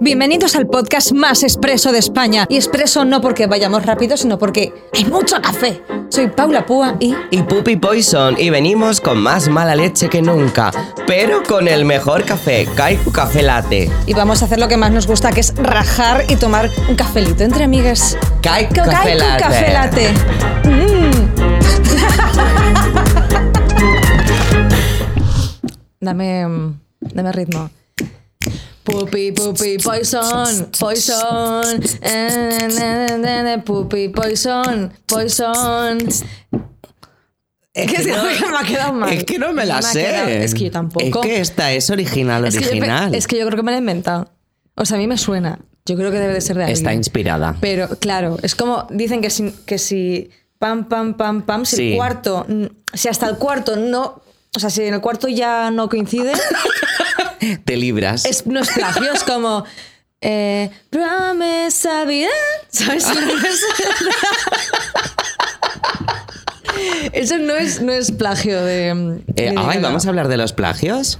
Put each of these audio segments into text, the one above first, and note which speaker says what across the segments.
Speaker 1: Bienvenidos al podcast más expreso de España. Y expreso no porque vayamos rápido, sino porque hay mucho café. Soy Paula Púa y...
Speaker 2: y Puppy Poison y venimos con más mala leche que nunca, pero con el mejor café, Kaiku Café Latte.
Speaker 1: Y vamos a hacer lo que más nos gusta, que es rajar y tomar un cafelito entre amigas.
Speaker 2: Kaiku
Speaker 1: Ca-
Speaker 2: Café
Speaker 1: Kaiku
Speaker 2: Latte.
Speaker 1: Café Latte. Mm. dame, mm, dame ritmo. Pupi, pupi, poison, poison, eh, eh, eh, eh, pupi, poison, poison. Es que,
Speaker 2: no-
Speaker 1: me ha quedado mal.
Speaker 2: Es que no me la
Speaker 1: ha
Speaker 2: sé.
Speaker 1: quedado- es que yo tampoco.
Speaker 2: Es que esta es original,
Speaker 1: Es que yo pe-
Speaker 2: original.
Speaker 1: es que yo creo que me la he inventado. O sea, a mí me suena. Yo creo que debe de ser de alguien.
Speaker 2: Está inspirada.
Speaker 1: Pero claro, es como dicen que si, que si pam, pam, pam, pam, si el
Speaker 2: Sí.
Speaker 1: cuarto, mm, si hasta el cuarto no, o sea, si en el cuarto ya no coincide,
Speaker 2: Te libras.
Speaker 1: es, no es plagio, es como... Eh, promesa vida, ¿sabes? Eso no es, no es plagio de... de
Speaker 2: Eh, ay,
Speaker 1: Gaga.
Speaker 2: vamos a hablar de los plagios.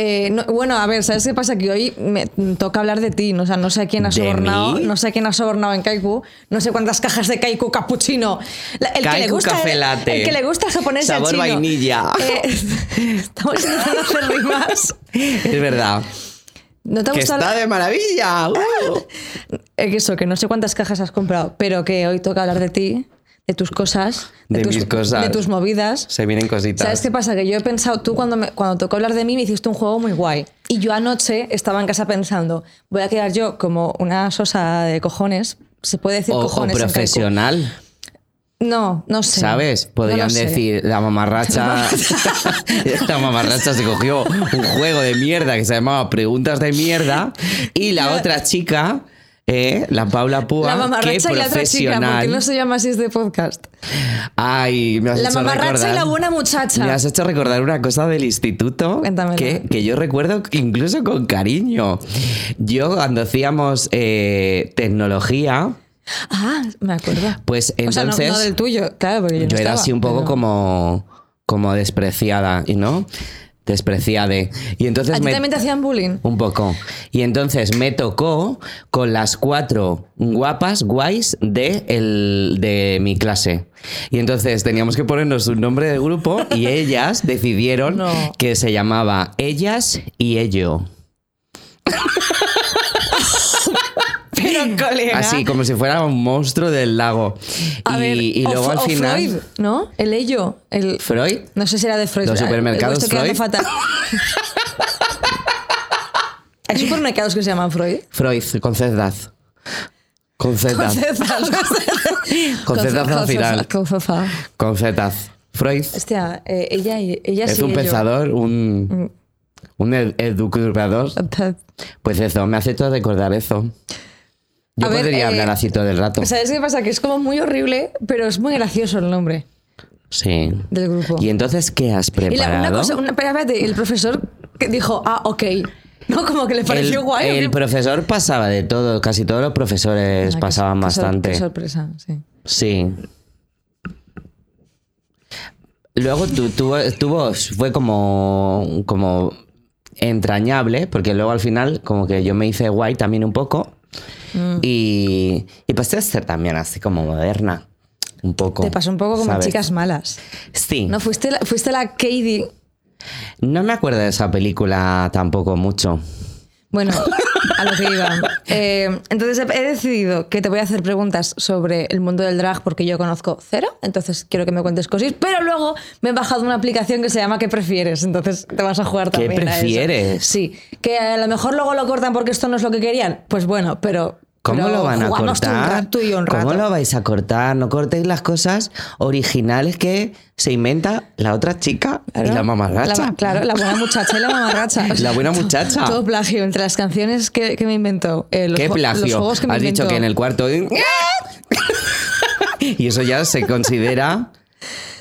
Speaker 1: Eh, no, bueno, a ver, ¿sabes qué pasa? Que hoy me toca hablar de ti. O sea, no sé a quién ha
Speaker 2: ¿De
Speaker 1: sobornado.
Speaker 2: mí?
Speaker 1: No sé a quién ha sobornado en Kaiku. No sé cuántas cajas de Kaiku cappuccino. La- el, que le
Speaker 2: Kaiku
Speaker 1: gusta,
Speaker 2: café
Speaker 1: el-
Speaker 2: latte.
Speaker 1: el que le gusta es japonés y al
Speaker 2: Sabor
Speaker 1: chino.
Speaker 2: vainilla.
Speaker 1: Eh, estamos intentando hacer rimas.
Speaker 2: Es verdad.
Speaker 1: No te ha
Speaker 2: Que
Speaker 1: gustado.
Speaker 2: está de maravilla. ¡Uh!
Speaker 1: Eh, que Eso, que no sé cuántas cajas has comprado, pero que hoy toca hablar de ti, de tus cosas,
Speaker 2: De
Speaker 1: tus,
Speaker 2: mis cosas.
Speaker 1: de tus movidas.
Speaker 2: Se vienen cositas.
Speaker 1: ¿Sabes qué pasa? Que yo he pensado, tú cuando, me- cuando tocó hablar de mí me hiciste un juego muy guay. Y yo anoche estaba en casa pensando, voy a quedar yo como una sosa de cojones. ¿Se puede decir
Speaker 2: o, o
Speaker 1: cojones? en
Speaker 2: profesional,
Speaker 1: Kaiku? No, no sé.
Speaker 2: ¿sabes?
Speaker 1: No lo
Speaker 2: Podrían
Speaker 1: sé.
Speaker 2: decir, la mamarracha. Esta mamarracha se cogió un juego de mierda que se llamaba Preguntas de Mierda. Y la otra chica, eh, la Paula Púa,
Speaker 1: La
Speaker 2: que
Speaker 1: mamarracha y la otra chica,
Speaker 2: profesional.
Speaker 1: porque no se llama así este podcast.
Speaker 2: Ay, me has
Speaker 1: La
Speaker 2: hecho
Speaker 1: mamarracha
Speaker 2: recordar-
Speaker 1: y la buena muchacha.
Speaker 2: Me has hecho recordar una cosa del instituto
Speaker 1: Cuéntamela.
Speaker 2: que, que yo recuerdo incluso con cariño. Yo cuando hacíamos eh, tecnología,
Speaker 1: Ah, me acuerdo.
Speaker 2: pues
Speaker 1: o sea, no-
Speaker 2: entonces
Speaker 1: no, del tuyo, claro, porque yo, no
Speaker 2: yo era
Speaker 1: estaba,
Speaker 2: así un poco
Speaker 1: pero-
Speaker 2: como, como despreciada, ¿y no? Despreciade. Y entonces
Speaker 1: ¿A ti
Speaker 2: me-
Speaker 1: también te hacían bullying?
Speaker 2: un poco. Y entonces me tocó con las cuatro guapas, guays de, el, de mi clase. Y entonces teníamos que ponernos un nombre de grupo y ellas decidieron
Speaker 1: No.
Speaker 2: que se llamaba Ellas y Ello.
Speaker 1: Pero, colega...
Speaker 2: Así, como si fuera un monstruo del lago.
Speaker 1: A
Speaker 2: y,
Speaker 1: ver,
Speaker 2: y
Speaker 1: o
Speaker 2: luego
Speaker 1: F-
Speaker 2: al
Speaker 1: o
Speaker 2: final.
Speaker 1: Freud, ¿no? El ello. El,
Speaker 2: Freud,
Speaker 1: No sé si era de Freud.
Speaker 2: Los supermercados
Speaker 1: Me estoy quedando
Speaker 2: Freud.
Speaker 1: fatal. Hay supermercados que se llaman Freud.
Speaker 2: Freud, con Cedad. Con Cedad. Con Z al final.
Speaker 1: Con Z.
Speaker 2: Con Cedad. Freud.
Speaker 1: Hostia, eh, ella, y- ella
Speaker 2: Es
Speaker 1: sí, eh, Mm.
Speaker 2: un
Speaker 1: ello.
Speaker 2: pensador, un, un ed- educador. Pues eso, me hace todo recordar eso. Yo
Speaker 1: A ver,
Speaker 2: podría
Speaker 1: eh,
Speaker 2: hablar así todo el rato.
Speaker 1: ¿Sabes qué pasa? Que es como muy horrible, pero es muy gracioso el nombre
Speaker 2: sí.
Speaker 1: del grupo.
Speaker 2: ¿Y entonces qué has
Speaker 1: Y la-
Speaker 2: preparado?
Speaker 1: una cosa, una, espera, espérate, el profesor que dijo, ah, ok. No, como que le
Speaker 2: el,
Speaker 1: pareció guay.
Speaker 2: el
Speaker 1: ¿o qué?
Speaker 2: profesor pasaba de todo, casi todos los profesores
Speaker 1: Ah, qué-
Speaker 2: pasaban
Speaker 1: qué sor-
Speaker 2: bastante.
Speaker 1: Qué sorpresa, sí.
Speaker 2: Sí. Luego tu, tu- tu voz fue como, como entrañable, porque luego al final como que yo me hice guay también un poco.
Speaker 1: Mm.
Speaker 2: Y, y pasé a ser también así como moderna. Un poco.
Speaker 1: Te pasó un poco como
Speaker 2: ¿sabes?
Speaker 1: chicas malas.
Speaker 2: Sí.
Speaker 1: No, fuiste la, fuiste la Katie.
Speaker 2: No me acuerdo de esa película tampoco mucho.
Speaker 1: Bueno, a lo que iba. Eh, entonces he he decidido que te voy a hacer preguntas sobre el mundo del drag porque yo conozco cero, entonces quiero que me cuentes cosas. Pero luego me he bajado una aplicación que se llama ¿Qué prefieres? Entonces te vas a jugar
Speaker 2: ¿Qué
Speaker 1: también. a eso.
Speaker 2: prefieres?
Speaker 1: Sí, que a lo mejor luego lo cortan porque esto no es lo que querían. Pues bueno, pero.
Speaker 2: ¿Cómo
Speaker 1: pero
Speaker 2: lo van a
Speaker 1: jugamos tú un
Speaker 2: cortar?
Speaker 1: ra- Tú y yo un rato.
Speaker 2: ¿Cómo lo vais a cortar? No cortéis las cosas originales que se inventa la otra chica
Speaker 1: Claro.
Speaker 2: y la mamarracha.
Speaker 1: La- claro, la buena muchacha y la mamarracha. O sea,
Speaker 2: La buena
Speaker 1: to-
Speaker 2: muchacha.
Speaker 1: Todo plagio entre las canciones que, que me inventó. eh, los
Speaker 2: ¿Qué
Speaker 1: ju- Los
Speaker 2: plagio?
Speaker 1: juegos que me
Speaker 2: Has dicho
Speaker 1: inventó.
Speaker 2: que en el cuarto. y eso ya se considera.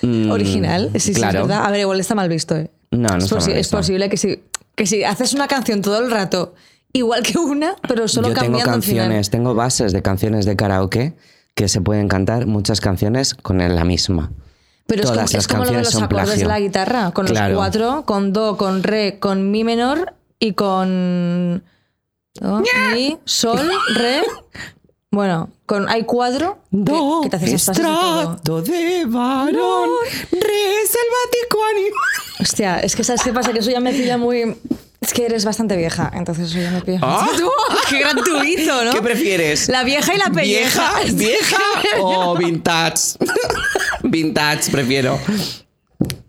Speaker 2: mm,
Speaker 1: Original, sí, sí,
Speaker 2: claro.
Speaker 1: es verdad. A ver, igual está mal visto, ¿eh?
Speaker 2: No, no
Speaker 1: es,
Speaker 2: está mal
Speaker 1: es
Speaker 2: visto.
Speaker 1: posible que si, que si haces una canción todo el rato, igual que una, pero solo
Speaker 2: Yo tengo
Speaker 1: cambiando al
Speaker 2: canciones,
Speaker 1: final.
Speaker 2: tengo bases de canciones de karaoke que se pueden cantar muchas canciones con la misma.
Speaker 1: Pero es como,
Speaker 2: Todas las
Speaker 1: es como lo de
Speaker 2: canciones
Speaker 1: los
Speaker 2: son
Speaker 1: acordes de
Speaker 2: plagio.
Speaker 1: la guitarra, con
Speaker 2: Claro.
Speaker 1: los cuatro, con do, con re, con mi menor, y con. do, mi, sol, re. Bueno, con, hay cuatro que-
Speaker 2: Do,
Speaker 1: que, te haces esas frases y todo.
Speaker 2: estrato de varón, re selvático animal.
Speaker 1: Hostia, es que sabes qué pasa, que eso ya me pilla muy. Es que eres bastante vieja, entonces eso ya me pilla.
Speaker 2: Ah.
Speaker 1: ¡Qué gratuito, ¿no?
Speaker 2: ¿Qué prefieres?
Speaker 1: La vieja y la pelleja.
Speaker 2: ¿Vieja? ¿Vieja o vintage? vintage prefiero.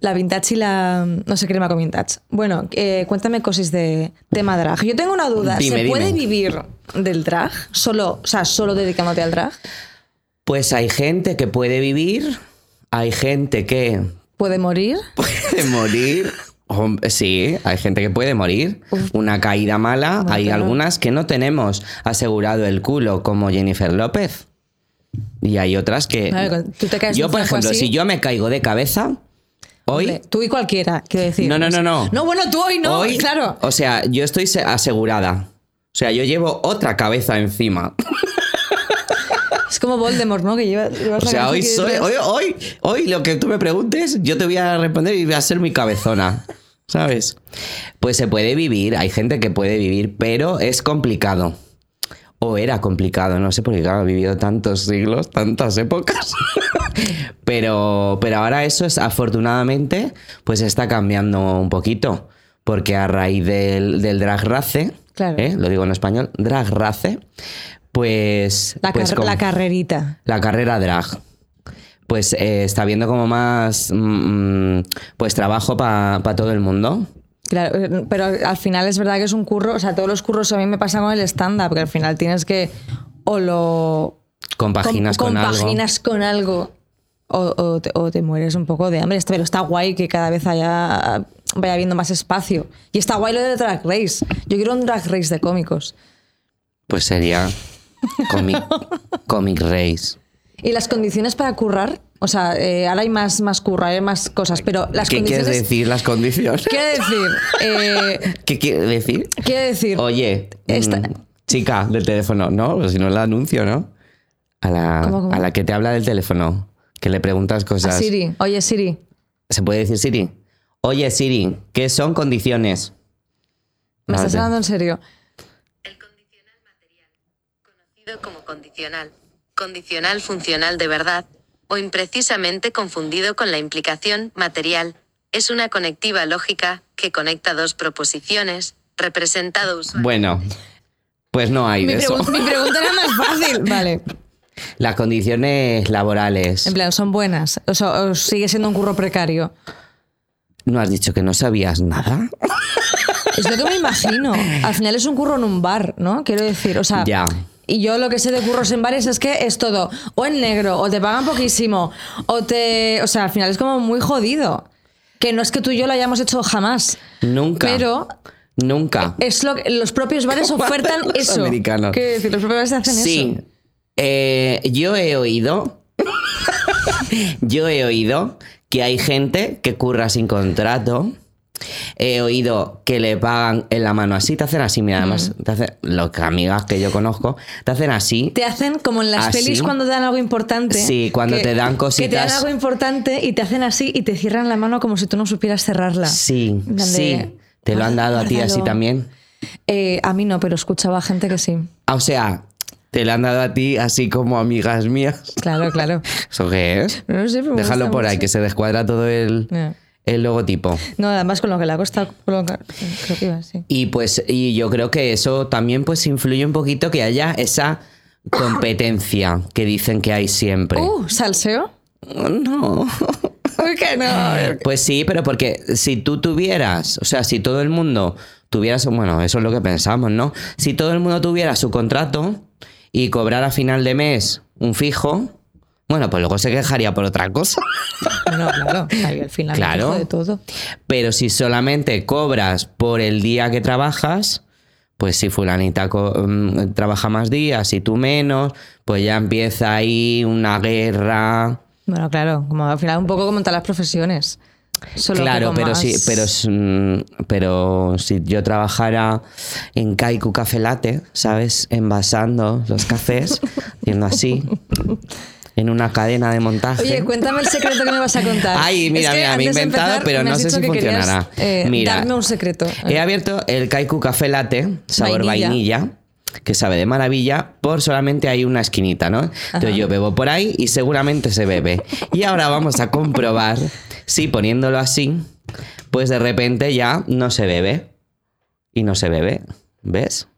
Speaker 1: La vintage y la. No sé crema con vintage. Bueno, eh, cuéntame cosas de tema drag. Yo tengo una duda.
Speaker 2: Dime,
Speaker 1: ¿Se
Speaker 2: dime.
Speaker 1: puede vivir del drag? Solo, o sea, solo dedicándote al drag.
Speaker 2: Pues hay gente que puede vivir, hay gente que
Speaker 1: ¿Puede morir?
Speaker 2: puede morir. Hom- Sí, hay gente que puede morir. Una caída mala, hay
Speaker 1: claro.
Speaker 2: algunas que no tenemos asegurado el culo, como Jennifer López. Y hay otras que.
Speaker 1: Claro, cuando tú te caes de
Speaker 2: yo,
Speaker 1: un
Speaker 2: por
Speaker 1: flanco
Speaker 2: ejemplo,
Speaker 1: así-
Speaker 2: si yo me caigo de cabeza, hoy.
Speaker 1: Hombre, Tú y cualquiera, quiero decir.
Speaker 2: No, no, no, no.
Speaker 1: No, bueno, tú hoy no,
Speaker 2: hoy,
Speaker 1: claro.
Speaker 2: O sea, yo estoy se- asegurada. O sea, yo llevo otra cabeza encima.
Speaker 1: Es como Voldemort, ¿no? Que lleva, llevas
Speaker 2: O
Speaker 1: la
Speaker 2: sea,
Speaker 1: cabeza
Speaker 2: hoy
Speaker 1: aquí
Speaker 2: soy,
Speaker 1: detrás.
Speaker 2: hoy, hoy, hoy lo que tú me preguntes, yo te voy a responder y voy a ser mi cabezona. ¿Sabes? Pues se puede vivir, hay gente que puede vivir, pero es complicado. O era complicado, no sé, porque claro, he vivido tantos siglos, tantas épocas. pero, pero ahora eso es, afortunadamente, pues está cambiando un poquito. Porque a raíz del, del drag race,
Speaker 1: Claro.
Speaker 2: ¿eh? lo digo en español, drag race, pues...
Speaker 1: La,
Speaker 2: pues
Speaker 1: car-
Speaker 2: con-
Speaker 1: la carrerita.
Speaker 2: la carrera drag. Pues eh, está viendo como más mm, mm, pues trabajo para todo el mundo.
Speaker 1: Claro, eh, pero al al final es verdad que es un curro, o sea, todos los curros a mí me pasan con el stand-up, que al final tienes que o lo
Speaker 2: Compaginas con, algo.
Speaker 1: compaginas con algo o, o te, o te mueres un poco de hambre, Este- pero está guay que cada vez haya, vaya habiendo más espacio. Y está guay lo de Drag Race. Yo quiero un Drag Race de cómicos.
Speaker 2: Pues sería comic, comic race.
Speaker 1: ¿Y las condiciones para currar? O sea, eh, ahora hay más, más curra, hay más cosas, pero las
Speaker 2: ¿Qué quieres
Speaker 1: condiciones...
Speaker 2: decir? Las condiciones.
Speaker 1: Quiero decir, eh,
Speaker 2: ¿Qué quieres decir?
Speaker 1: quiero decir,
Speaker 2: Oye,
Speaker 1: Esta-
Speaker 2: mm, chica del teléfono, ¿no? Pues si no la anuncio, ¿no? A la,
Speaker 1: ¿Cómo, cómo?
Speaker 2: a la que te habla del teléfono, que le preguntas
Speaker 1: a
Speaker 2: cosas.
Speaker 1: Siri, oye Siri,
Speaker 2: ¿Se puede decir Siri? Oye, Siri, ¿qué son condiciones?
Speaker 1: me estás
Speaker 2: Vale.
Speaker 1: hablando en serio.
Speaker 3: El condicional material, conocido como condicional, condicional funcional de verdad, o imprecisamente confundido con la implicación material, es una conectiva lógica que conecta dos proposiciones, representado usualmente.
Speaker 2: Bueno, pues no hay
Speaker 1: Mi,
Speaker 2: de eso.
Speaker 1: pregun- mi pregunta era más fácil. Vale.
Speaker 2: Las condiciones laborales.
Speaker 1: En plan, son buenas. O sea, o sigue siendo un curro precario.
Speaker 2: ¿No has dicho que no sabías nada?
Speaker 1: Es lo que me imagino. Al final es un curro en un bar, ¿no? Quiero decir, o sea.
Speaker 2: Ya.
Speaker 1: Y yo lo que sé de curros en bares es que es todo o en negro, o te pagan poquísimo, o te. O sea, al final es como muy jodido. Que no es que tú y yo lo hayamos hecho jamás.
Speaker 2: Nunca.
Speaker 1: Pero eh,
Speaker 2: Nunca.
Speaker 1: es lo que, los propios bares
Speaker 2: Como
Speaker 1: ofertan
Speaker 2: hacen los
Speaker 1: eso.
Speaker 2: americanos.
Speaker 1: Quiero decir, los propios bares hacen
Speaker 2: Sí.
Speaker 1: eso.
Speaker 2: Eh, yo he oído. yo he oído que hay gente que curra sin contrato. He oído que le pagan en la mano así, te hacen así, mira, además, te hacen, lo que amigas que yo conozco, te hacen así.
Speaker 1: Te hacen como en las
Speaker 2: Así.
Speaker 1: pelis cuando te dan algo importante.
Speaker 2: ¿Ah, Sí, cuando te dan
Speaker 1: Que te dan
Speaker 2: cositas.
Speaker 1: algo importante y te hacen así y te cierran la mano como si tú no supieras cerrarla.
Speaker 2: Sí,
Speaker 1: En plan de,
Speaker 2: sí. ¿Te lo han dado a ti así
Speaker 1: "Guárdalo".
Speaker 2: también?
Speaker 1: Eh, a mí no, pero escuchaba gente que sí.
Speaker 2: Ah, O sea, te la han dado a ti así como amigas mías.
Speaker 1: Claro, claro.
Speaker 2: ¿Eso qué es?
Speaker 1: No lo sé, pero me
Speaker 2: Déjalo
Speaker 1: gusta
Speaker 2: por ahí,
Speaker 1: mucho. Mm.
Speaker 2: que se descuadra todo el,
Speaker 1: Ya.
Speaker 2: el logotipo.
Speaker 1: No, además con lo que le ha costado colocar- Creo que iba así.
Speaker 2: Y pues, y yo creo que eso también pues influye un poquito que haya esa competencia que dicen que hay siempre.
Speaker 1: Uh, salseo.
Speaker 2: No.
Speaker 1: Uy, que no.
Speaker 2: Pues sí, pero porque si tú tuvieras, o sea, si todo el mundo tuviera, su- bueno, eso es lo que pensamos, ¿no? Si todo el mundo tuviera su contrato y cobrara a final de mes un fijo, bueno, pues luego se quejaría por otra cosa.
Speaker 1: No, claro. Ahí al final
Speaker 2: Claro.
Speaker 1: claro. de todo.
Speaker 2: Pero si solamente cobras por el día que trabajas, pues si fulanita co- mm, trabaja más días y tú menos, pues ya empieza ahí una guerra.
Speaker 1: Bueno, claro. Como al final un poco como en todas las profesiones. Solo que
Speaker 2: claro,
Speaker 1: con
Speaker 2: pero
Speaker 1: más-
Speaker 2: si, pero, s- mm, pero si yo trabajara en Kaiku Café Latte, ¿sabes? Envasando los cafés, haciendo así. en una cadena de montaje.
Speaker 1: Oye, cuéntame el secreto que me vas a contar.
Speaker 2: Ay, mira,
Speaker 1: Es que
Speaker 2: mira, me he
Speaker 1: antes de
Speaker 2: inventado,
Speaker 1: empezar,
Speaker 2: pero
Speaker 1: me
Speaker 2: no
Speaker 1: has
Speaker 2: sé
Speaker 1: dicho
Speaker 2: si
Speaker 1: que querías,
Speaker 2: funcionará.
Speaker 1: eh,
Speaker 2: Mira.
Speaker 1: Darme un secreto.
Speaker 2: He abierto el Kaiku Café Latte, sabor
Speaker 1: Vainilla.
Speaker 2: vainilla. que sabe de maravilla, por solamente hay una esquinita, ¿no? Entonces yo bebo por ahí y seguramente se bebe. Y ahora vamos a comprobar si poniéndolo así, pues de repente ya no se bebe. Y no se bebe, ¿ves?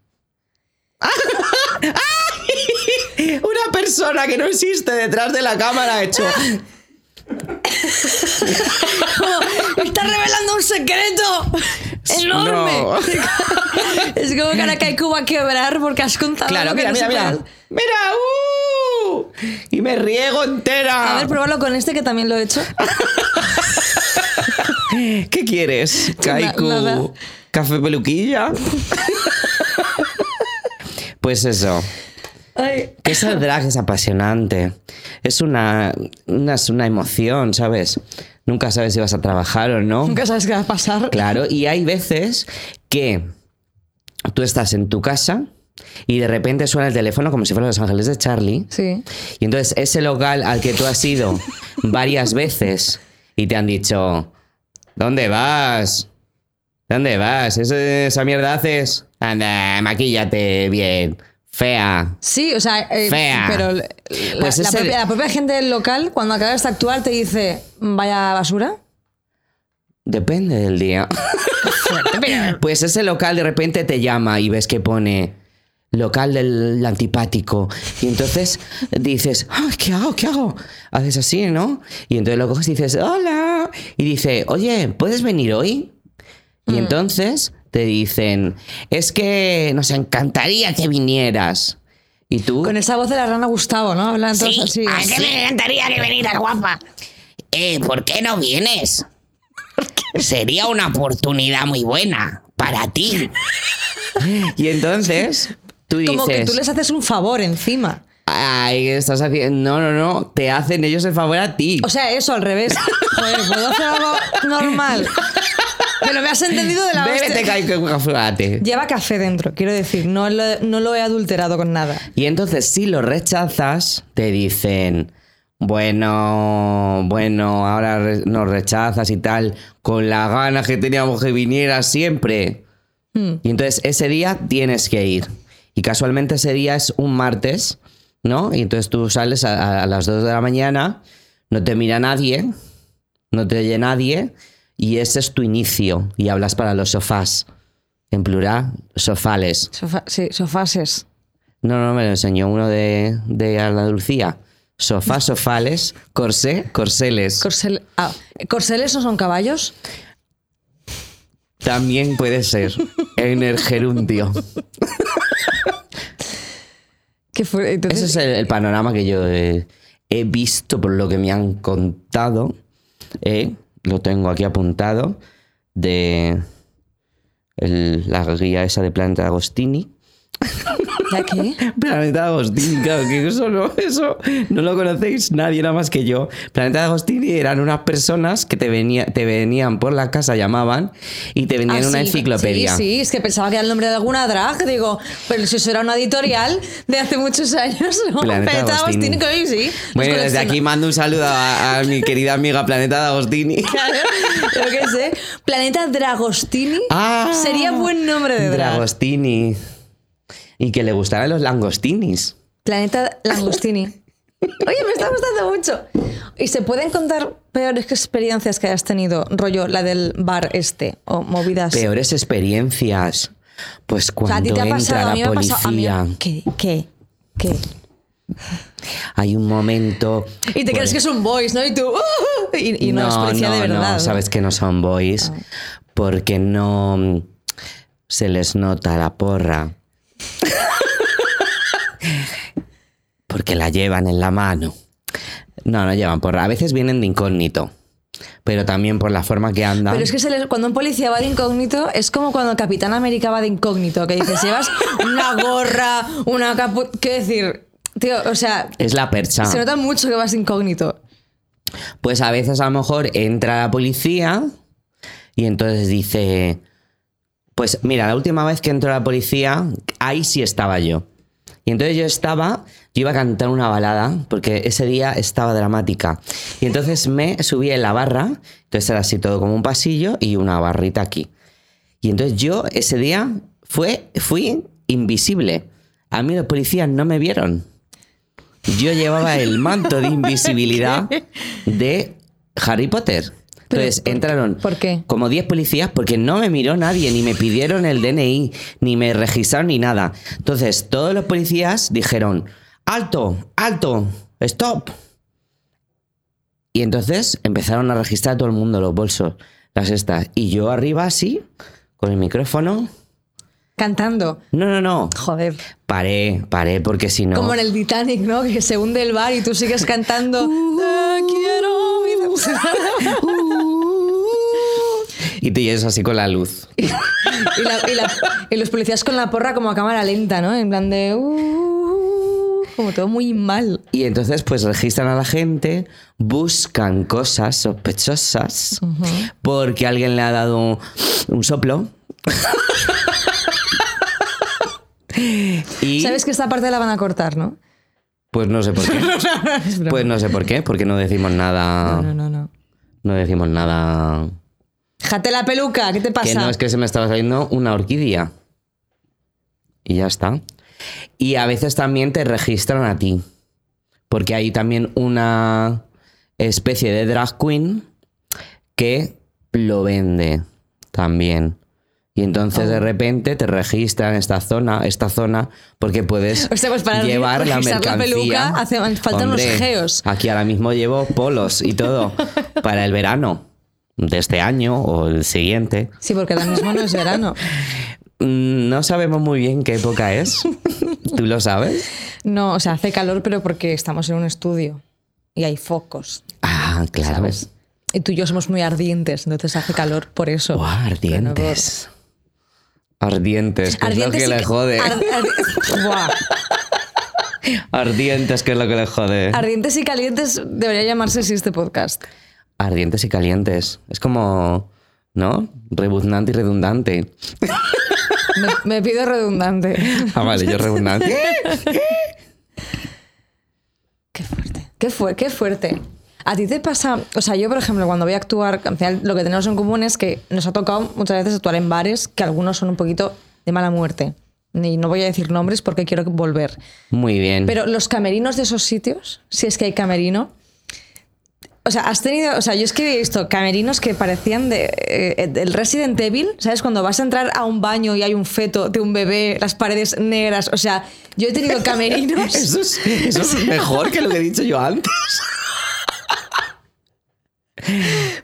Speaker 2: Una persona que no existe detrás de la cámara ha hecho...
Speaker 1: ¡Me ¡Estás revelando un secreto! ¡Enorme!
Speaker 2: No.
Speaker 1: Es como que ahora Kaiku va a quebrar porque has contado.
Speaker 2: Claro,
Speaker 1: lo Ah, que
Speaker 2: mira,
Speaker 1: no se
Speaker 2: mira, mira.
Speaker 1: puede.
Speaker 2: Mira, ¡uh! Y me riego entera.
Speaker 1: A ver, pruébalo con este que también lo he hecho.
Speaker 2: ¿Qué quieres?
Speaker 1: nada.
Speaker 2: Kaiku. Café peluquilla. pues eso.
Speaker 1: Ay.
Speaker 2: Que ese drag es apasionante. Es una, una, es una emoción, ¿sabes? Nunca sabes si vas a trabajar o no.
Speaker 1: Nunca sabes qué va a pasar.
Speaker 2: Claro, y hay veces que tú estás en tu casa y de repente suena el teléfono como si fuera Los Ángeles de Charlie.
Speaker 1: Sí.
Speaker 2: Y entonces ese local al que tú has ido varias veces y te han dicho, ¿dónde vas? ¿Dónde vas? ¿Eso- ¿Esa mierda haces? Anda, maquíllate bien, fea.
Speaker 1: Sí, o sea, eh,
Speaker 2: Fea.
Speaker 1: pero la,
Speaker 2: Pues
Speaker 1: la
Speaker 2: ese-
Speaker 1: propia, la propia gente del local, cuando acabas de actuar, te dice, vaya basura.
Speaker 2: Depende del día. Pues ese local de repente te llama y ves que pone local del antipático. Y entonces dices, "Ah, ¿qué hago? ¿Qué hago? Haces así, ¿no? Y entonces lo coges y dices, hola. Y dice, oye, ¿puedes venir hoy? Y entonces te dicen, es que nos encantaría que vinieras. Y tú...
Speaker 1: Con esa voz de la rana Gustavo, ¿no? Hablan todos así.
Speaker 2: Ah,
Speaker 4: ¿A qué me encantaría que vinieras, guapa?
Speaker 2: "Eh, ¿Por qué no vienes?
Speaker 4: Sería una oportunidad muy buena para ti.
Speaker 2: Y entonces tú dices...
Speaker 1: Como que tú les haces un favor encima.
Speaker 2: Ay, ¿qué estás haciendo. No, no, no. Te hacen ellos el favor a ti.
Speaker 1: O sea, eso al revés. Joder, puedo hacer algo normal. Pero me has entendido de la
Speaker 2: Bébete
Speaker 1: hostia.
Speaker 2: caico café.
Speaker 1: Lleva café dentro, quiero decir. No lo, no lo he adulterado con nada.
Speaker 2: Y entonces, si lo rechazas, te dicen. Bueno, bueno, ahora re- nos rechazas y tal, con la ganas que teníamos que viniera siempre. Y entonces ese día tienes que ir. Y casualmente ese día es un martes, ¿no? Y entonces tú sales a, a las 2 de la mañana, no te mira nadie, no te oye nadie, y ese es tu inicio. Y hablas para los sofás, en plural, sofales.
Speaker 1: Sofa- sí, sofases.
Speaker 2: No, no, me lo enseñó uno de, de Ana Lucía. Sofás, sofales, corsé, corseles.
Speaker 1: Corsel- ah, ¿Corseles no son caballos?
Speaker 2: También puede ser en el gerundio.
Speaker 1: ¿Qué fue? Entonces,
Speaker 2: Ese es el, el panorama que yo eh, he, visto por lo que me han contado. eh, lo tengo aquí apuntado de el- la guía esa de Planeta Agostini.
Speaker 1: ¿ya qué?
Speaker 2: Planeta Agostini, claro, que eso no, eso no lo conocéis nadie nada más que yo. Planeta Agostini eran unas personas que te, venía, te venían por la casa, llamaban y te vendían
Speaker 1: Ah,
Speaker 2: una
Speaker 1: sí.
Speaker 2: enciclopedia.
Speaker 1: Sí, sí, es que pensaba que era el nombre de alguna drag. Digo, pero si eso era una editorial de hace muchos años, ¿no?
Speaker 2: Planeta Agostini.
Speaker 1: que hoy sí.
Speaker 2: Bueno,
Speaker 1: Nos
Speaker 2: desde aquí mando un saludo a, a mi querida amiga Planeta Agostini.
Speaker 1: colecciona- Yo qué sé. Planeta Dragostini
Speaker 2: Ah.
Speaker 1: sería buen nombre de drag.
Speaker 2: Dragostini. Y que le gustaran los langostinis.
Speaker 1: Planeta Langostini. Oye, me está gustando mucho. ¿Y se pueden contar peores experiencias que hayas tenido? Rollo, la del bar este o movidas.
Speaker 2: Peores experiencias. Pues
Speaker 1: O sea, a
Speaker 2: cuando
Speaker 1: ti te ha
Speaker 2: entra
Speaker 1: pasado, a mí
Speaker 2: la
Speaker 1: me ha pasado. a mí-
Speaker 2: policía,
Speaker 1: ¿Qué? ¿Qué? ¿Qué?
Speaker 2: hay un momento.
Speaker 1: Y te crees que es un voice, ¿no? Y tú. ¡uh! Y, y no, es policía de verdad.
Speaker 2: Pues
Speaker 1: Ah.
Speaker 2: No, sabes que no son boys porque no mm, se les nota la porra. porque la llevan en la mano. No, no llevan porra. A veces vienen de incógnito, pero también por la forma que andan.
Speaker 1: Pero es que se les- cuando un policía va de incógnito, es como cuando el Capitán América va de incógnito, que dices, llevas una gorra, una capu... Quiero decir, tío, o sea,
Speaker 2: Es la percha.
Speaker 1: se nota mucho que vas de incógnito.
Speaker 2: Pues a veces a lo mejor entra la policía y entonces dice, pues mira, la última vez que entró la policía, ahí sí estaba yo. Y entonces yo estaba, yo iba a cantar una balada, porque ese día estaba dramática. Y entonces me subí en la barra, entonces era así todo como un pasillo y una barrita aquí. Y entonces yo ese día fue, fui invisible. A mí los policías no me vieron. Yo llevaba el manto de invisibilidad de Harry Potter.
Speaker 1: Pero,
Speaker 2: Entonces
Speaker 1: ¿por-
Speaker 2: entraron
Speaker 1: por qué?
Speaker 2: como 10 policías porque no me miró nadie, ni me pidieron el DNI, ni me registraron ni nada. Entonces todos los policías dijeron, alto, alto, stop. Y entonces empezaron a registrar a todo el mundo los bolsos, las estas. Y yo arriba así, con el micrófono.
Speaker 1: Cantando.
Speaker 2: No, no, no.
Speaker 1: Joder.
Speaker 2: Paré, paré, porque si no...
Speaker 1: Como en el Titanic, ¿no? Que se hunde el bar y tú sigues cantando.
Speaker 2: Uh,
Speaker 1: Te quiero. vida".
Speaker 2: uh". Y te llevas así con la luz.
Speaker 1: y, la- y la- y los policías con la porra como a cámara lenta, ¿no? En plan de. "Uh", como todo muy mal.
Speaker 2: Y entonces pues registran a la gente, buscan cosas sospechosas, porque alguien le ha dado un, un soplo. y
Speaker 1: Sabes que esta parte la van a cortar, ¿no?
Speaker 2: pues no sé por qué. pues no sé por qué, porque no decimos nada.
Speaker 1: No,
Speaker 2: No,
Speaker 1: no, no. no.
Speaker 2: decimos nada.
Speaker 1: Jate la peluca, ¿qué te pasa?
Speaker 2: Que no es que se me estaba saliendo una orquídea. Y ya está. Y a veces también te registran a ti. Porque hay también una especie de drag queen que lo vende también. Y entonces
Speaker 1: Oh.
Speaker 2: de repente te registran esta zona, esta zona, porque puedes
Speaker 1: O sea, pues para
Speaker 2: llevar la
Speaker 1: registrar la
Speaker 2: mercancía.
Speaker 1: peluca hace falta unos
Speaker 2: Hombre,
Speaker 1: geos.
Speaker 2: Aquí ahora mismo llevo polos y todo para el verano de este año o el siguiente.
Speaker 1: Sí, porque ahora mismo no es verano.
Speaker 2: Mm, No sabemos muy bien qué época es. ¿Tú lo sabes?
Speaker 1: No, o sea, hace calor, pero porque estamos en un estudio y hay focos,
Speaker 2: Ah, claro.
Speaker 1: ¿sabes? Y tú y yo somos muy ardientes, entonces hace calor por eso.
Speaker 2: Buah, Oh, ardientes. Ardientes, que
Speaker 1: Ardientes
Speaker 2: es lo que
Speaker 1: y
Speaker 2: le jode.
Speaker 1: ar- ar- Buah.
Speaker 2: Ardientes, que es lo que le jode.
Speaker 1: Ardientes y calientes debería llamarse así este podcast.
Speaker 2: Ardientes y calientes. Es como, ¿no? Rebuznante y redundante.
Speaker 1: Me, me pido redundante.
Speaker 2: Ah, vale, yo redundante.
Speaker 1: Qué fuerte. Qué, fue, qué fuerte. A ti te pasa, o sea, yo por ejemplo cuando voy a actuar, al final lo que tenemos en común es que nos ha tocado muchas veces actuar en bares que algunos son un poquito de mala muerte. Y no voy a decir nombres porque quiero volver.
Speaker 2: Muy bien.
Speaker 1: Pero los camerinos de esos sitios, si es que hay camerino. O sea, has tenido. O sea, yo es que he visto camerinos que parecían de, eh, del Resident Evil, ¿sabes? Cuando vas a entrar a un baño y hay un feto de un bebé, las paredes negras. O sea, yo he tenido camerinos.
Speaker 2: Eso es, eso es mejor que lo que he dicho yo antes.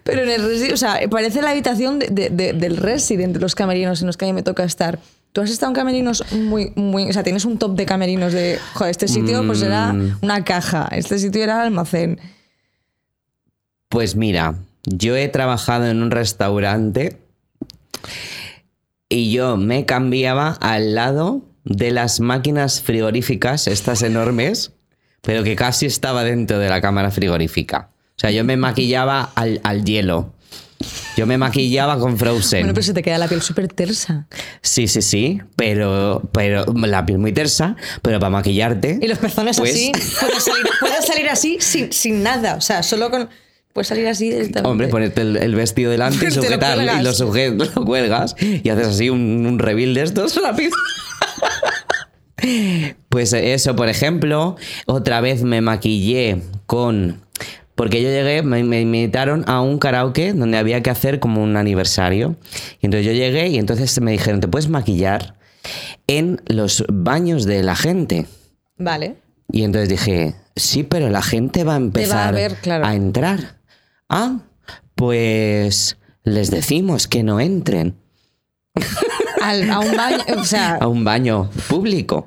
Speaker 1: Pero en el Resi- o sea, parece la habitación de- de- de- del Resident, de los camerinos en los que a mí me toca estar. Tú has estado en camerinos muy, muy, o sea, tienes un top de camerinos de, joder, este sitio pues era una caja, este sitio era almacén.
Speaker 2: Pues mira, yo he trabajado en un restaurante y yo me cambiaba al lado de las máquinas frigoríficas, estas enormes, pero que casi estaba dentro de la cámara frigorífica. O sea, yo me maquillaba al, al hielo. Yo me maquillaba con Frozen.
Speaker 1: Bueno, pues pero se te queda la piel súper tersa.
Speaker 2: Sí, sí, sí, pero, pero la piel muy tersa, pero para maquillarte...
Speaker 1: Y los pezones
Speaker 2: pues,
Speaker 1: así, puedes salir, puedes salir así sin, sin nada, o sea, solo con... Puedes salir así directamente.
Speaker 2: Hombre, ponerte el, el vestido delante y
Speaker 1: Te lo
Speaker 2: sujetarlo
Speaker 1: cuelgas.
Speaker 2: y lo, suje- lo cuelgas y haces así un, un reveal de estos rápido. Pues eso, por ejemplo, otra vez me maquillé con... Porque yo llegué, me, me invitaron a un karaoke donde había que hacer como un aniversario. Y entonces yo llegué y entonces me dijeron, te puedes maquillar en los baños de la gente.
Speaker 1: Vale.
Speaker 2: Y entonces dije, sí, pero la gente va a empezar
Speaker 1: ver, claro.
Speaker 2: a entrar. Ah, pues les decimos que no entren
Speaker 1: Al- a un baño, o sea...
Speaker 2: a un baño público.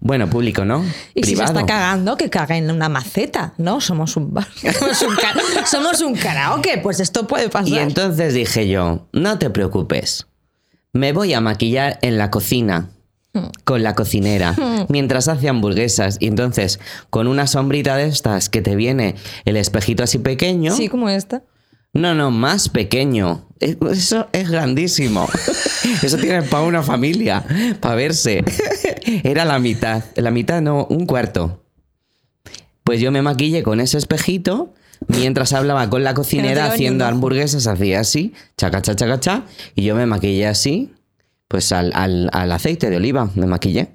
Speaker 2: Bueno, público, ¿no?
Speaker 1: Y si se
Speaker 2: Privado.
Speaker 1: está cagando, que caga en una maceta, ¿no? Somos un bar. Somos un, ca- somos un karaoke, pues esto puede pasar.
Speaker 2: y entonces dije yo, no te preocupes, me voy a maquillar en la cocina. Con la cocinera, mientras hace hamburguesas. Y entonces, con una sombrita de estas que te viene el espejito así pequeño.
Speaker 1: Sí, como esta.
Speaker 2: No, no, más pequeño. Es- Eso es grandísimo. Eso tiene para una familia, para verse. Era la mitad. La mitad, no, un cuarto. Pues yo me maquillé con ese espejito mientras hablaba con la cocinera
Speaker 1: llegaba ni
Speaker 2: haciendo
Speaker 1: un ojo.
Speaker 2: hamburguesas, hacía así, chaca, chaca, chaca, cha, y yo me maquillé así, pues al, al- al aceite de oliva me maquillé.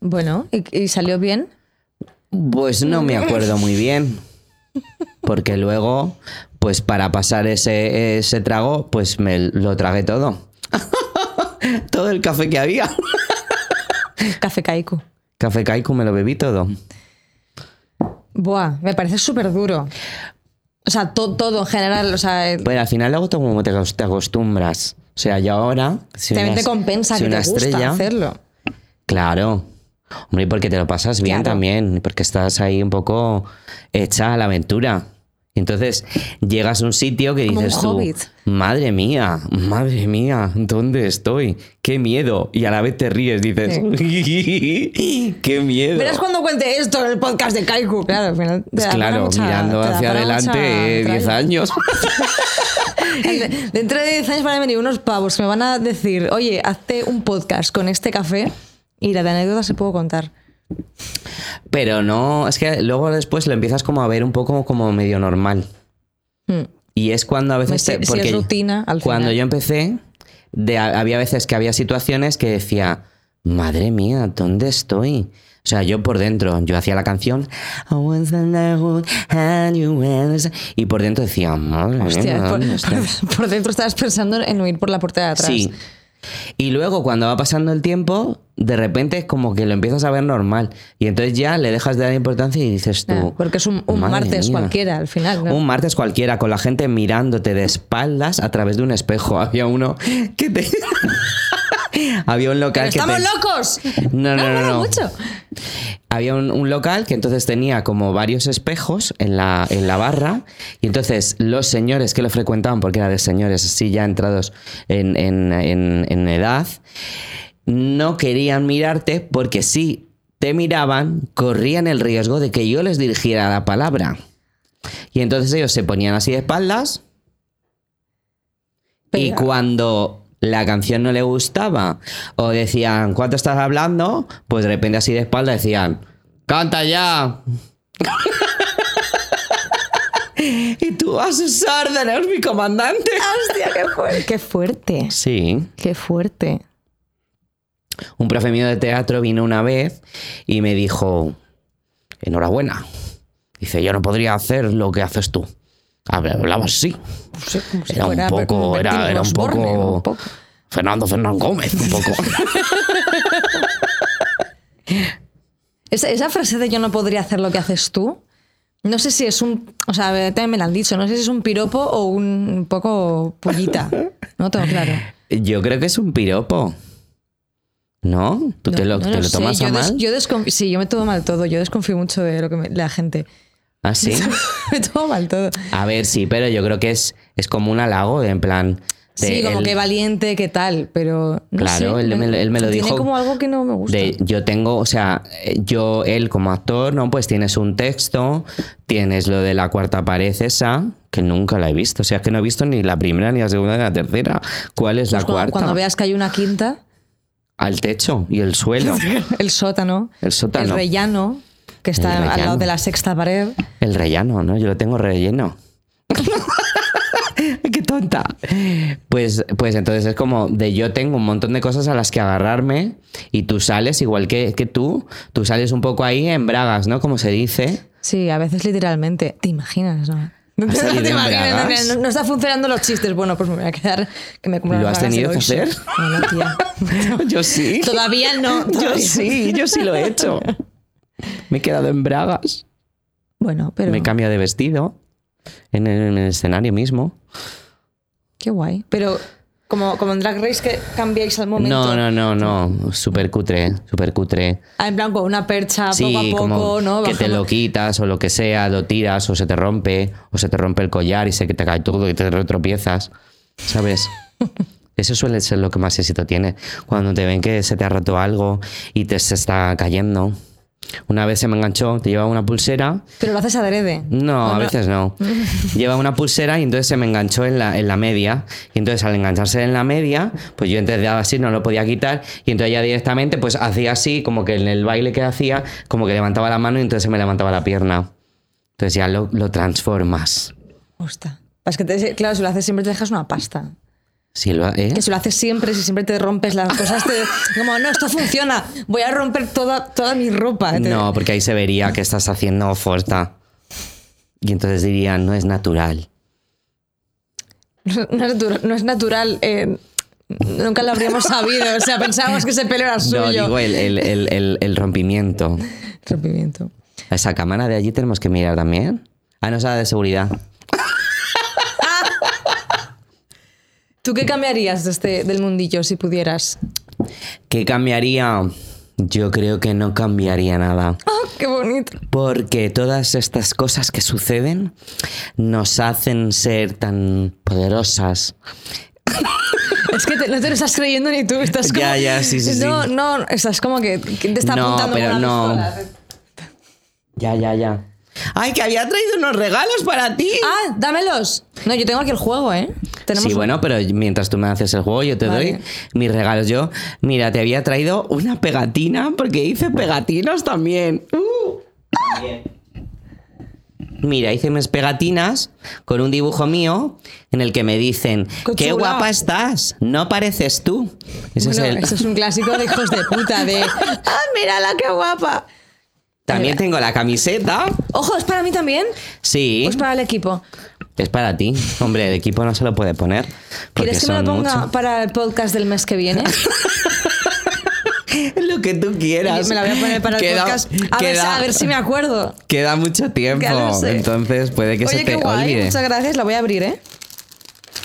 Speaker 1: Bueno, ¿y, y salió bien?
Speaker 2: Pues no me acuerdo muy bien. Porque luego, pues para pasar ese, ese trago, pues me lo tragué todo. todo el café que había.
Speaker 1: Café caico.
Speaker 2: Café Kaiku me lo bebí todo.
Speaker 1: Buah, me parece súper duro. O sea, to- todo en general, o sea, eh,
Speaker 2: Bueno, al final luego todo como te, acost- te acostumbras. O sea, yo ahora... si
Speaker 1: también
Speaker 2: una-
Speaker 1: te compensa
Speaker 2: si
Speaker 1: que
Speaker 2: una
Speaker 1: te gusta
Speaker 2: estrella-
Speaker 1: hacerlo.
Speaker 2: Claro. Hombre, y porque te lo pasas bien
Speaker 1: Claro.
Speaker 2: también, porque estás ahí un poco hecha a la aventura. Entonces, llegas a un sitio que
Speaker 1: Como un
Speaker 2: dices tú,
Speaker 1: hobbit.
Speaker 2: madre mía, madre mía, ¿dónde estoy? ¡Qué miedo! Y a la vez te ríes, dices, ¡qué miedo!
Speaker 1: Verás cuando cuente esto en el podcast de Kaiku. Claro, al final. te
Speaker 2: Pues
Speaker 1: da para
Speaker 2: claro,
Speaker 1: mucha-
Speaker 2: mirando
Speaker 1: te da
Speaker 2: hacia
Speaker 1: para
Speaker 2: adelante,
Speaker 1: mucha
Speaker 2: eh, 10
Speaker 1: tralla.
Speaker 2: años.
Speaker 1: Dentro de 10 años van a venir unos pavos que me van a decir, oye, hazte un podcast con este café y la de anécdota se puedo contar.
Speaker 2: Pero no, es que luego después lo empiezas como a ver un poco como medio normal.
Speaker 1: Mm.
Speaker 2: Y es cuando a veces...
Speaker 1: Si- si es rutina, al
Speaker 2: Cuando
Speaker 1: final.
Speaker 2: yo empecé, de- había veces que había situaciones que decía, madre mía, ¿dónde estoy? O sea, yo por dentro, yo hacía la canción "I was in the hood and you was-" y por dentro decía, madre
Speaker 1: Hostia,
Speaker 2: mía,
Speaker 1: por,
Speaker 2: ¿dónde estoy?".
Speaker 1: por- por dentro estabas pensando en huir por la puerta de atrás.
Speaker 2: Sí. Y luego cuando va pasando el tiempo, de repente es como que lo empiezas a ver normal. Y entonces ya le dejas de dar importancia y dices tú...
Speaker 1: Ah, porque es un, un
Speaker 2: "Madre
Speaker 1: martes
Speaker 2: mía".
Speaker 1: cualquiera al final. ¿no?
Speaker 2: Un martes cualquiera, con la gente mirándote de espaldas a través de un espejo. Había uno que te... Había un local
Speaker 1: ¡Pero
Speaker 2: que
Speaker 1: ¡Estamos
Speaker 2: te-
Speaker 1: locos!
Speaker 2: No, no, no,
Speaker 1: mola
Speaker 2: no.
Speaker 1: mucho.
Speaker 2: Había un, un local que entonces tenía como varios espejos en la, en la barra y entonces los señores que lo frecuentaban, porque era de señores así ya entrados en, en- en- en edad, no querían mirarte porque si te miraban, corrían el riesgo de que yo les dirigiera la palabra. Y entonces ellos se ponían así de espaldas y
Speaker 1: Pero-
Speaker 2: cuando la canción no le gustaba o decían, ¿cuánto estás hablando? Pues de repente así de espalda decían, ¡canta ya! y tú a sus órdenes, mi comandante.
Speaker 1: ¡Hostia, qué fuerte! ¡Qué fuerte!
Speaker 2: Sí,
Speaker 1: ¡Qué fuerte!
Speaker 2: un profe mío de teatro vino una vez y me dijo, enhorabuena. Dice, yo no podría hacer lo que haces tú. Habla- Hablaba así.
Speaker 1: Sí, como si
Speaker 2: Era un
Speaker 1: fuera pues,
Speaker 2: poco, era,
Speaker 1: Bertín
Speaker 2: era un
Speaker 1: Osborne,
Speaker 2: poco,
Speaker 1: un poco.
Speaker 2: Fernando Fernán Gómez, un poco.
Speaker 1: Esa, esa frase de yo no podría hacer lo que haces tú, no sé si es un. O sea, también me la han dicho, no sé si es un piropo o un poco pullita. No tengo claro.
Speaker 2: Yo creo que es un piropo. ¿No? ¿Tú te lo,
Speaker 1: No, no
Speaker 2: te lo
Speaker 1: sé,
Speaker 2: tomas
Speaker 1: yo
Speaker 2: a
Speaker 1: des-
Speaker 2: mal?
Speaker 1: yo desconf- sí, yo me tomo mal todo. Yo desconfío mucho de lo que me- la gente.
Speaker 2: Ah, sí.
Speaker 1: me tomo mal todo.
Speaker 2: A ver, sí, pero yo creo que es, es como un halago, en plan. de
Speaker 1: Sí, como
Speaker 2: él-
Speaker 1: que valiente, qué tal, pero. no
Speaker 2: Claro,
Speaker 1: sé,
Speaker 2: él me lo- él me lo
Speaker 1: tiene
Speaker 2: dijo
Speaker 1: como algo que no me gusta.
Speaker 2: de yo tengo, o sea, eh, yo, él como actor, ¿no? Pues tienes un texto, tienes lo de la cuarta pared esa, que nunca la he visto. O sea, es que no he visto ni la primera, ni la segunda, ni la tercera. ¿Cuál es la
Speaker 1: Pues cuando,
Speaker 2: cuarta?
Speaker 1: cuando veas que hay una quinta,
Speaker 2: Al techo y el suelo.
Speaker 1: el sótano,
Speaker 2: El sótano.
Speaker 1: el rellano, que
Speaker 2: El
Speaker 1: está al
Speaker 2: rellano.
Speaker 1: lado de la sexta pared.
Speaker 2: El rellano, ¿no? Yo lo tengo relleno. ¡Qué tonta! Pues, pues entonces es como de yo tengo un montón de cosas a las que agarrarme y tú sales, igual que, que tú, tú sales un poco ahí en bragas, ¿no? Como se dice.
Speaker 1: Sí, a veces literalmente. ¿Te imaginas? No, no,
Speaker 2: ¿Has
Speaker 1: te
Speaker 2: salido en
Speaker 1: imaginas, no,
Speaker 2: bragas?
Speaker 1: no, no está funcionando los chistes. Bueno, pues me voy a quedar que me compro
Speaker 2: ¿Lo
Speaker 1: unas
Speaker 2: has
Speaker 1: bragas y
Speaker 2: tenido
Speaker 1: doy
Speaker 2: que
Speaker 1: show.
Speaker 2: hacer?
Speaker 1: No, no, tía.
Speaker 2: Yo sí.
Speaker 1: Todavía no.
Speaker 2: Yo
Speaker 1: todavía.
Speaker 2: sí, yo sí lo he hecho. Me he quedado en bragas.
Speaker 1: Bueno, pero
Speaker 2: Me cambio de vestido en el- en el escenario mismo.
Speaker 1: qué guay. Pero como, como en Drag Race que cambiáis al momento.
Speaker 2: No, no, no, no. Súper cutre, súper cutre.
Speaker 1: Ah, En plan, con una percha poco a poco,
Speaker 2: como
Speaker 1: ¿no?
Speaker 2: que te
Speaker 1: Bajando.
Speaker 2: lo quitas o lo que sea, lo tiras o se te rompe, o se te rompe el collar y se que te cae todo y te retropiezas, ¿sabes? Eso suele ser lo que más éxito tiene, cuando te ven que se te ha roto algo y te se está cayendo. Una vez se me enganchó, te llevaba una pulsera.
Speaker 1: Pero lo haces adrede.
Speaker 2: No, a veces no. Lleva una pulsera y entonces se me enganchó en la, en la media. Y entonces al engancharse en la media, pues yo entonces daba así, no lo podía quitar. Y entonces ya directamente pues hacía así, como que en el baile que hacía, como que levantaba la mano y entonces se me levantaba la pierna. Entonces ya lo, lo transformas.
Speaker 1: Hostia. Es Pues que te- claro, si lo haces siempre te dejas una pasta.
Speaker 2: Sí, lo, ¿eh?
Speaker 1: Que si lo haces siempre, si siempre te rompes las cosas, te, como, no, esto funciona, voy a romper toda, toda mi ropa. Te-
Speaker 2: No, porque ahí se vería que estás haciendo fuerza. Y entonces dirían, no es natural.
Speaker 1: No es, natu- no es natural. eh, nunca lo habríamos sabido. O sea, pensábamos que ese pelo era suyo.
Speaker 2: No, digo eh. el, el- el- el- el rompimiento.
Speaker 1: Rompimiento.
Speaker 2: Esa cámara de allí tenemos que mirar también. Ah, no, es la de seguridad.
Speaker 1: ¿Tú qué cambiarías de este- del mundillo si pudieras?
Speaker 2: ¿Qué cambiaría? Yo creo que no cambiaría nada.
Speaker 1: ¡Ah, qué bonito!
Speaker 2: Porque todas estas cosas que suceden nos hacen ser tan poderosas.
Speaker 1: Es que te- no te lo estás creyendo ni tú. Estás como,
Speaker 2: Ya, ya, sí, sí, sí.
Speaker 1: No, no, estás como que, que te está
Speaker 2: No,
Speaker 1: apuntando
Speaker 2: pero
Speaker 1: con la
Speaker 2: no.
Speaker 1: pistola.
Speaker 2: Ya, ya, ya. Ay, que había traído unos regalos para ti.
Speaker 1: Ah, dámelos. No, yo tengo aquí el juego, ¿eh? Tenemos
Speaker 2: Sí,
Speaker 1: un-
Speaker 2: bueno, pero mientras tú me haces el juego, yo te
Speaker 1: Vale.
Speaker 2: doy mis regalos. Yo, mira, te había traído una pegatina porque hice pegatinas también. ¡Uh! Mira, hice mis pegatinas con un dibujo mío en el que me dicen,
Speaker 1: Qué
Speaker 2: qué
Speaker 1: chula".
Speaker 2: guapa estás, no pareces tú. Ese
Speaker 1: Bueno,
Speaker 2: es el...
Speaker 1: Eso es un clásico de hijos de puta, de... ¡Ah, mírala, qué guapa!
Speaker 2: También tengo la camiseta.
Speaker 1: Ojo, ¿es para mí también?
Speaker 2: Sí,
Speaker 1: ¿O es para el equipo?
Speaker 2: es para ti. Hombre, el equipo no se lo puede poner. porque
Speaker 1: ¿Quieres que me lo
Speaker 2: son
Speaker 1: ponga
Speaker 2: mucho.
Speaker 1: para el podcast del mes que viene?
Speaker 2: Lo que tú quieras.
Speaker 1: me la voy a poner para el
Speaker 2: Queda-
Speaker 1: podcast. A, ver, si-
Speaker 2: queda-
Speaker 1: a ver si me acuerdo.
Speaker 2: Queda mucho tiempo,
Speaker 1: Ya lo sé.
Speaker 2: entonces puede que
Speaker 1: Oye,
Speaker 2: se
Speaker 1: qué
Speaker 2: te
Speaker 1: guay,
Speaker 2: olvide.
Speaker 1: muchas gracias. La voy a abrir, ¿eh?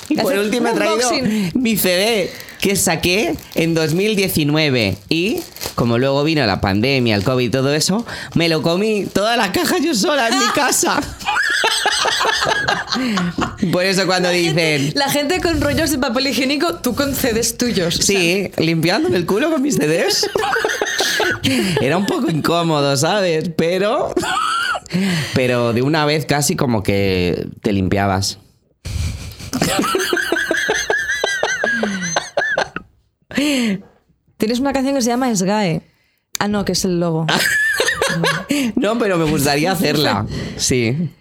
Speaker 2: Y por
Speaker 1: Hacer
Speaker 2: último he
Speaker 1: un
Speaker 2: traído
Speaker 1: unboxing.
Speaker 2: mi CD que saqué en 2019 y como luego vino la pandemia, el COVID y todo eso, me lo comí toda la caja yo sola en mi casa. por eso cuando dicen,
Speaker 1: La gente con rollos de papel higiénico, tú concedes tuyos. O sea,
Speaker 2: sí, limpiándome el culo con mis CDs. Era un poco incómodo, ¿sabes? Pero pero de una vez casi como que te limpiabas.
Speaker 1: Tienes una canción que se llama Esgae. Ah, no, que es el logo.
Speaker 2: No, pero me gustaría hacerla. Sí,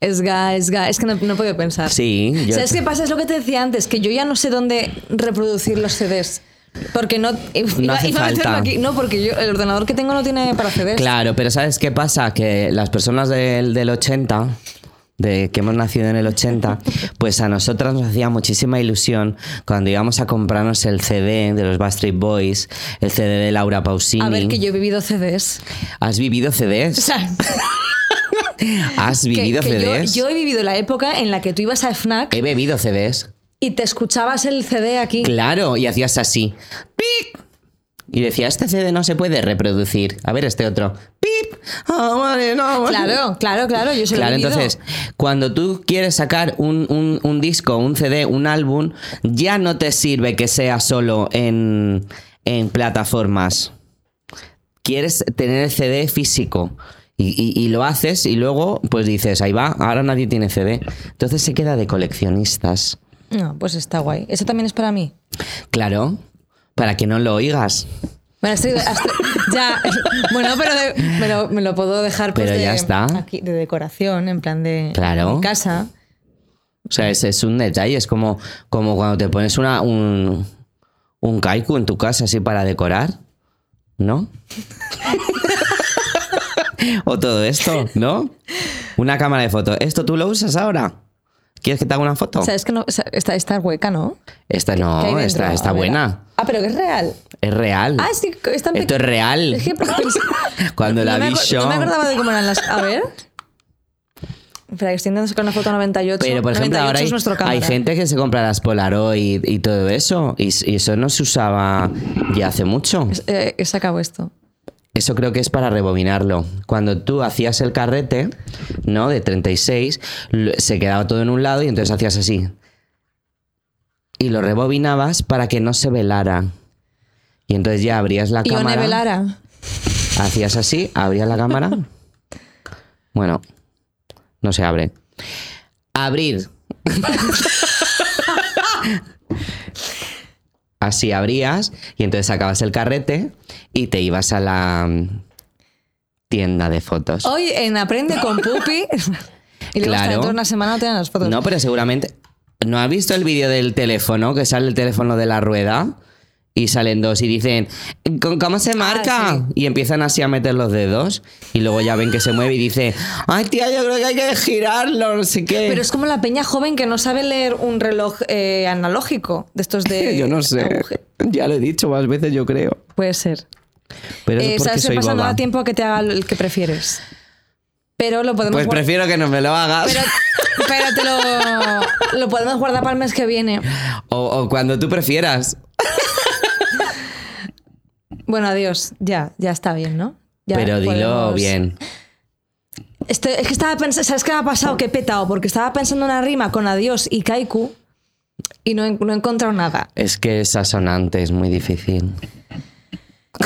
Speaker 1: Esgae, Esgae. Es que no, no he podido pensar.
Speaker 2: sí. yo-
Speaker 1: ¿Sabes qué pasa? Es lo que te decía antes, que yo ya no sé dónde reproducir los CDs. Porque no.
Speaker 2: hace
Speaker 1: a meterlo
Speaker 2: falta.
Speaker 1: aquí. No, porque yo, el ordenador que tengo no tiene para CDs.
Speaker 2: Claro, pero ¿sabes qué pasa? Que las personas del, del 80, de, que hemos nacido en el 80, pues a nosotras nos hacía muchísima ilusión cuando íbamos a comprarnos el CD de los Backstreet Boys, el CD de Laura Pausini.
Speaker 1: A ver, que yo he vivido CDs.
Speaker 2: ¿Has vivido
Speaker 1: O
Speaker 2: CDs?
Speaker 1: sea,
Speaker 2: ¿Has
Speaker 1: que-
Speaker 2: vivido
Speaker 1: que yo-
Speaker 2: CDs?
Speaker 1: yo, he vivido la época en la que tú ibas a FNAC
Speaker 2: He bebido CDs.
Speaker 1: y te escuchabas el CD aquí.
Speaker 2: Claro, y hacías así. ¡Pip! Y decía, este CD no se puede reproducir. A ver, este otro. ¡Pip! Ah, vale, no, vale.
Speaker 1: Claro, claro, claro, yo se lo he
Speaker 2: Claro,
Speaker 1: vivido.
Speaker 2: entonces, cuando tú quieres sacar un, un- un disco, un CD, un álbum, ya no te sirve que sea solo en, en plataformas. Quieres tener el CD físico. Y, y- y lo haces y luego, pues dices, ahí va, ahora nadie tiene CD. Entonces se queda de coleccionistas.
Speaker 1: No, pues está guay. Eso también es para mí.
Speaker 2: Claro, para que no lo oigas.
Speaker 1: Bueno, has traído- has tra- ya, bueno, pero de- me, lo, me lo puedo dejar pues,
Speaker 2: Pero ya
Speaker 1: de,
Speaker 2: está.
Speaker 1: aquí, de decoración, en plan de
Speaker 2: Claro.
Speaker 1: mi casa.
Speaker 2: O sea, es, es un detalle, es como, como cuando te pones una, un, un kaiku en tu casa así para decorar, ¿no? o todo esto, ¿no? Una cámara de fotos. ¿Esto tú lo usas ahora? ¿Quieres que te haga una foto?
Speaker 1: ¿Sabes que no? esa- Está, está hueca, ¿no?
Speaker 2: Esta
Speaker 1: ¿Qué hay
Speaker 2: no,
Speaker 1: dentro?
Speaker 2: esta,
Speaker 1: A
Speaker 2: Oh, está
Speaker 1: ver.
Speaker 2: buena.
Speaker 1: Ah, pero que es real.
Speaker 2: Es real.
Speaker 1: Ah, sí, que es tan
Speaker 2: Esto es
Speaker 1: peque-
Speaker 2: real.
Speaker 1: Es que pues, pens-
Speaker 2: Cuando la
Speaker 1: no me
Speaker 2: vi
Speaker 1: acu-
Speaker 2: yo-
Speaker 1: No me acordaba de cómo eran las. A ver. Espera, que estoy intentando sacar una foto 98.
Speaker 2: Pero, por ejemplo,
Speaker 1: 98
Speaker 2: ahora hay,
Speaker 1: es nuestro
Speaker 2: hay
Speaker 1: cámara.
Speaker 2: gente que se compra las Polaroid y todo eso, y, y eso no se usaba ya hace mucho.
Speaker 1: Es- eh, he sacado esto.
Speaker 2: Eso creo que es para rebobinarlo. Cuando tú hacías el carrete, ¿no? De 36, l- se quedaba todo en un lado y entonces hacías así. Y lo rebobinabas para que no se velara. Y entonces ya abrías la
Speaker 1: Y One
Speaker 2: cámara.
Speaker 1: Velara.
Speaker 2: Hacías así, abrías la cámara. Bueno, no se abre. Abrir. así abrías y entonces sacabas el carrete y te ibas a la mm, tienda de fotos.
Speaker 1: Hoy en Aprende con Pupi. y luego hasta
Speaker 2: Claro.
Speaker 1: dentro de una semana no te dan las fotos.
Speaker 2: No, pero seguramente. ¿No has visto el vídeo del teléfono? Que sale el teléfono de la rueda y salen dos y dicen, "¿Con- ¿cómo
Speaker 1: Ah,
Speaker 2: se marca? Y empiezan así a meter los dedos y luego ya ven que se mueve y dice, ay tía, yo creo que hay que girarlo, no sé qué.
Speaker 1: Pero es como la peña joven que no sabe leer un reloj eh, analógico de estos de.
Speaker 2: yo no sé.
Speaker 1: aguje-
Speaker 2: Ya lo he dicho más veces, yo creo.
Speaker 1: Puede ser.
Speaker 2: Pero es
Speaker 1: Eh,
Speaker 2: porque
Speaker 1: ¿Sabes qué
Speaker 2: soy
Speaker 1: pasa? No
Speaker 2: boba.
Speaker 1: da tiempo a que te haga el que prefieres. Pero lo podemos
Speaker 2: Pues
Speaker 1: guar-
Speaker 2: prefiero que no me lo hagas.
Speaker 1: pero, pero te lo, lo podemos guardar para el mes que viene.
Speaker 2: O, o cuando tú prefieras.
Speaker 1: Bueno, adiós. Ya, ya está bien, ¿no? Ya
Speaker 2: pero dilo
Speaker 1: podemos-
Speaker 2: bien.
Speaker 1: Estoy- es que estaba pensando, ¿sabes qué me ha pasado? Que he petado, porque estaba pensando una rima con adiós y kaiku y no, he- no he encontrado nada.
Speaker 2: Es que esa sonante es muy difícil.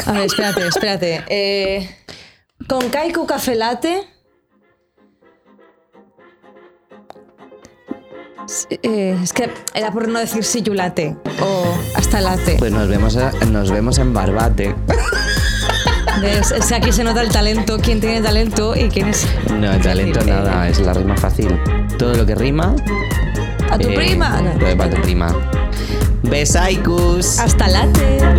Speaker 1: A ver, espérate, espérate. Eh, con Kaiku Café Latte. S- eh, es que era por no decir si yulate o hasta late.
Speaker 2: Pues nos vemos, a- nos vemos en Barbate.
Speaker 1: ¿Ves? Es que aquí se nota el talento, quién tiene talento y quién es.
Speaker 2: No, el talento
Speaker 1: decir,
Speaker 2: nada, es la rima fácil. Todo lo que rima.
Speaker 1: ¡A tu
Speaker 2: eh,
Speaker 1: prima! No.
Speaker 2: Pues para tu prima. Besaikus.
Speaker 1: ¡Hasta late!